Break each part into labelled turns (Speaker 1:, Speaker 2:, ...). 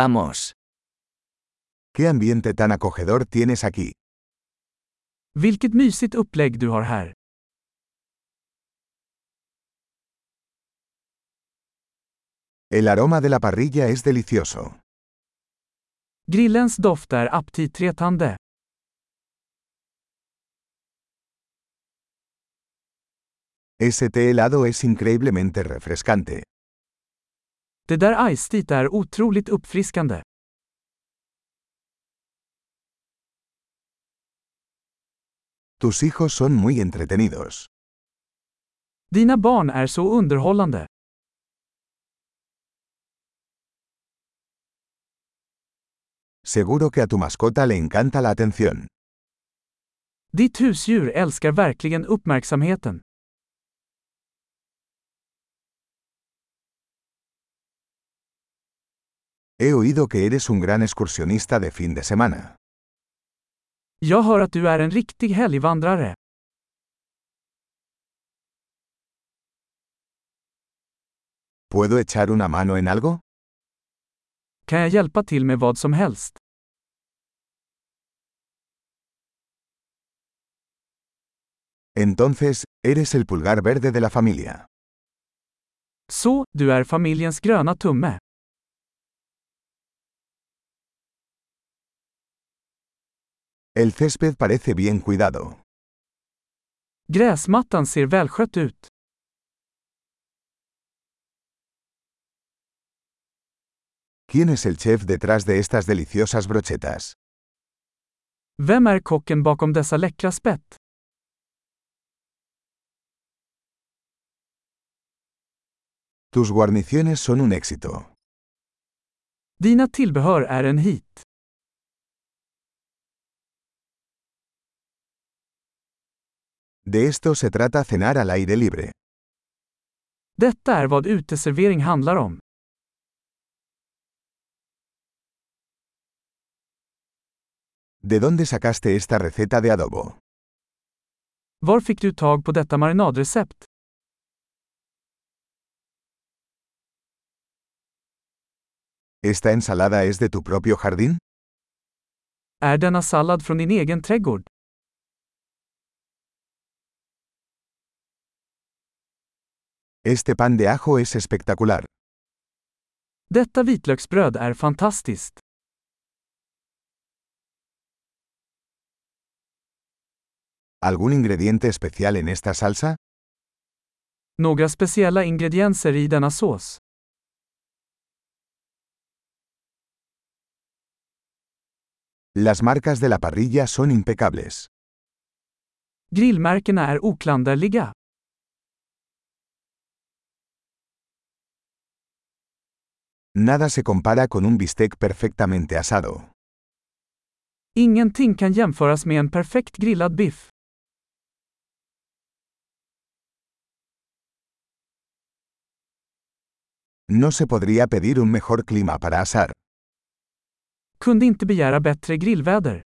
Speaker 1: Vamos.
Speaker 2: ¿Qué ambiente tan acogedor tienes aquí?
Speaker 3: Vilket mysigt upplägg du har här.
Speaker 2: El aroma de la parrilla es delicioso.
Speaker 3: Grillens doft är aptitretande.
Speaker 2: Ese té helado es increíblemente refrescante.
Speaker 3: Det där iceteet är otroligt uppfriskande.
Speaker 2: Tus hijos son muy entretenidos.
Speaker 3: Dina barn är så underhållande.
Speaker 2: Seguro que a tu mascota le encanta la atención.
Speaker 3: Ditt husdjur älskar verkligen uppmärksamheten.
Speaker 2: He oído que eres un gran excursionista de fin de semana.
Speaker 3: Jag hör att du är en riktig helgvandrare.
Speaker 2: ¿Puedo echar una mano en algo?
Speaker 3: Kan jag hjälpa till med vad som helst?
Speaker 2: Entonces, eres el pulgar verde de la familia.
Speaker 3: Så, du är familjens gröna tumme.
Speaker 2: El césped parece bien cuidado.
Speaker 3: Gräsmattan ser välskött ut.
Speaker 2: ¿Quién es el chef detrás de estas deliciosas brochetas?
Speaker 3: Vem är kocken bakom dessa läckra spett?
Speaker 2: Tus guarniciones son un éxito.
Speaker 3: Dina tillbehör är en hit.
Speaker 2: De esto se trata cenar al aire libre.
Speaker 3: Detta är vad uteservering handlar om.
Speaker 2: ¿De dónde sacaste esta receta de adobo?
Speaker 3: Var fick du tag på detta marinadrecept?
Speaker 2: ¿Esta ensalada es de tu propio jardín?
Speaker 3: Är denna sallad från din egen trädgård?
Speaker 2: Este pan de ajo es espectacular.
Speaker 3: Detta vitlöksbröd är fantastiskt.
Speaker 2: ¿Algún ingrediente especial en esta salsa?
Speaker 3: Några speciella ingredienser i denna sås.
Speaker 2: Las marcas de la parrilla son impecables.
Speaker 3: Grillmärkena är oklanderliga.
Speaker 2: Nada se compara con un bistec perfectamente asado.
Speaker 3: Ingenting kan jämföras med en perfekt grillad biff.
Speaker 2: No se podría pedir un mejor clima para asar.
Speaker 3: Kunde inte begära bättre grillväder.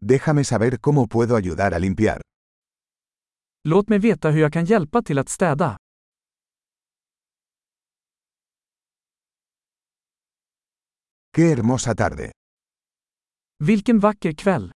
Speaker 2: Déjame saber cómo puedo ayudar a limpiar.
Speaker 3: Låt mig veta hur jag kan hjälpa till att städa.
Speaker 2: ¡Qué hermosa tarde!
Speaker 3: Vilken vacker kväll!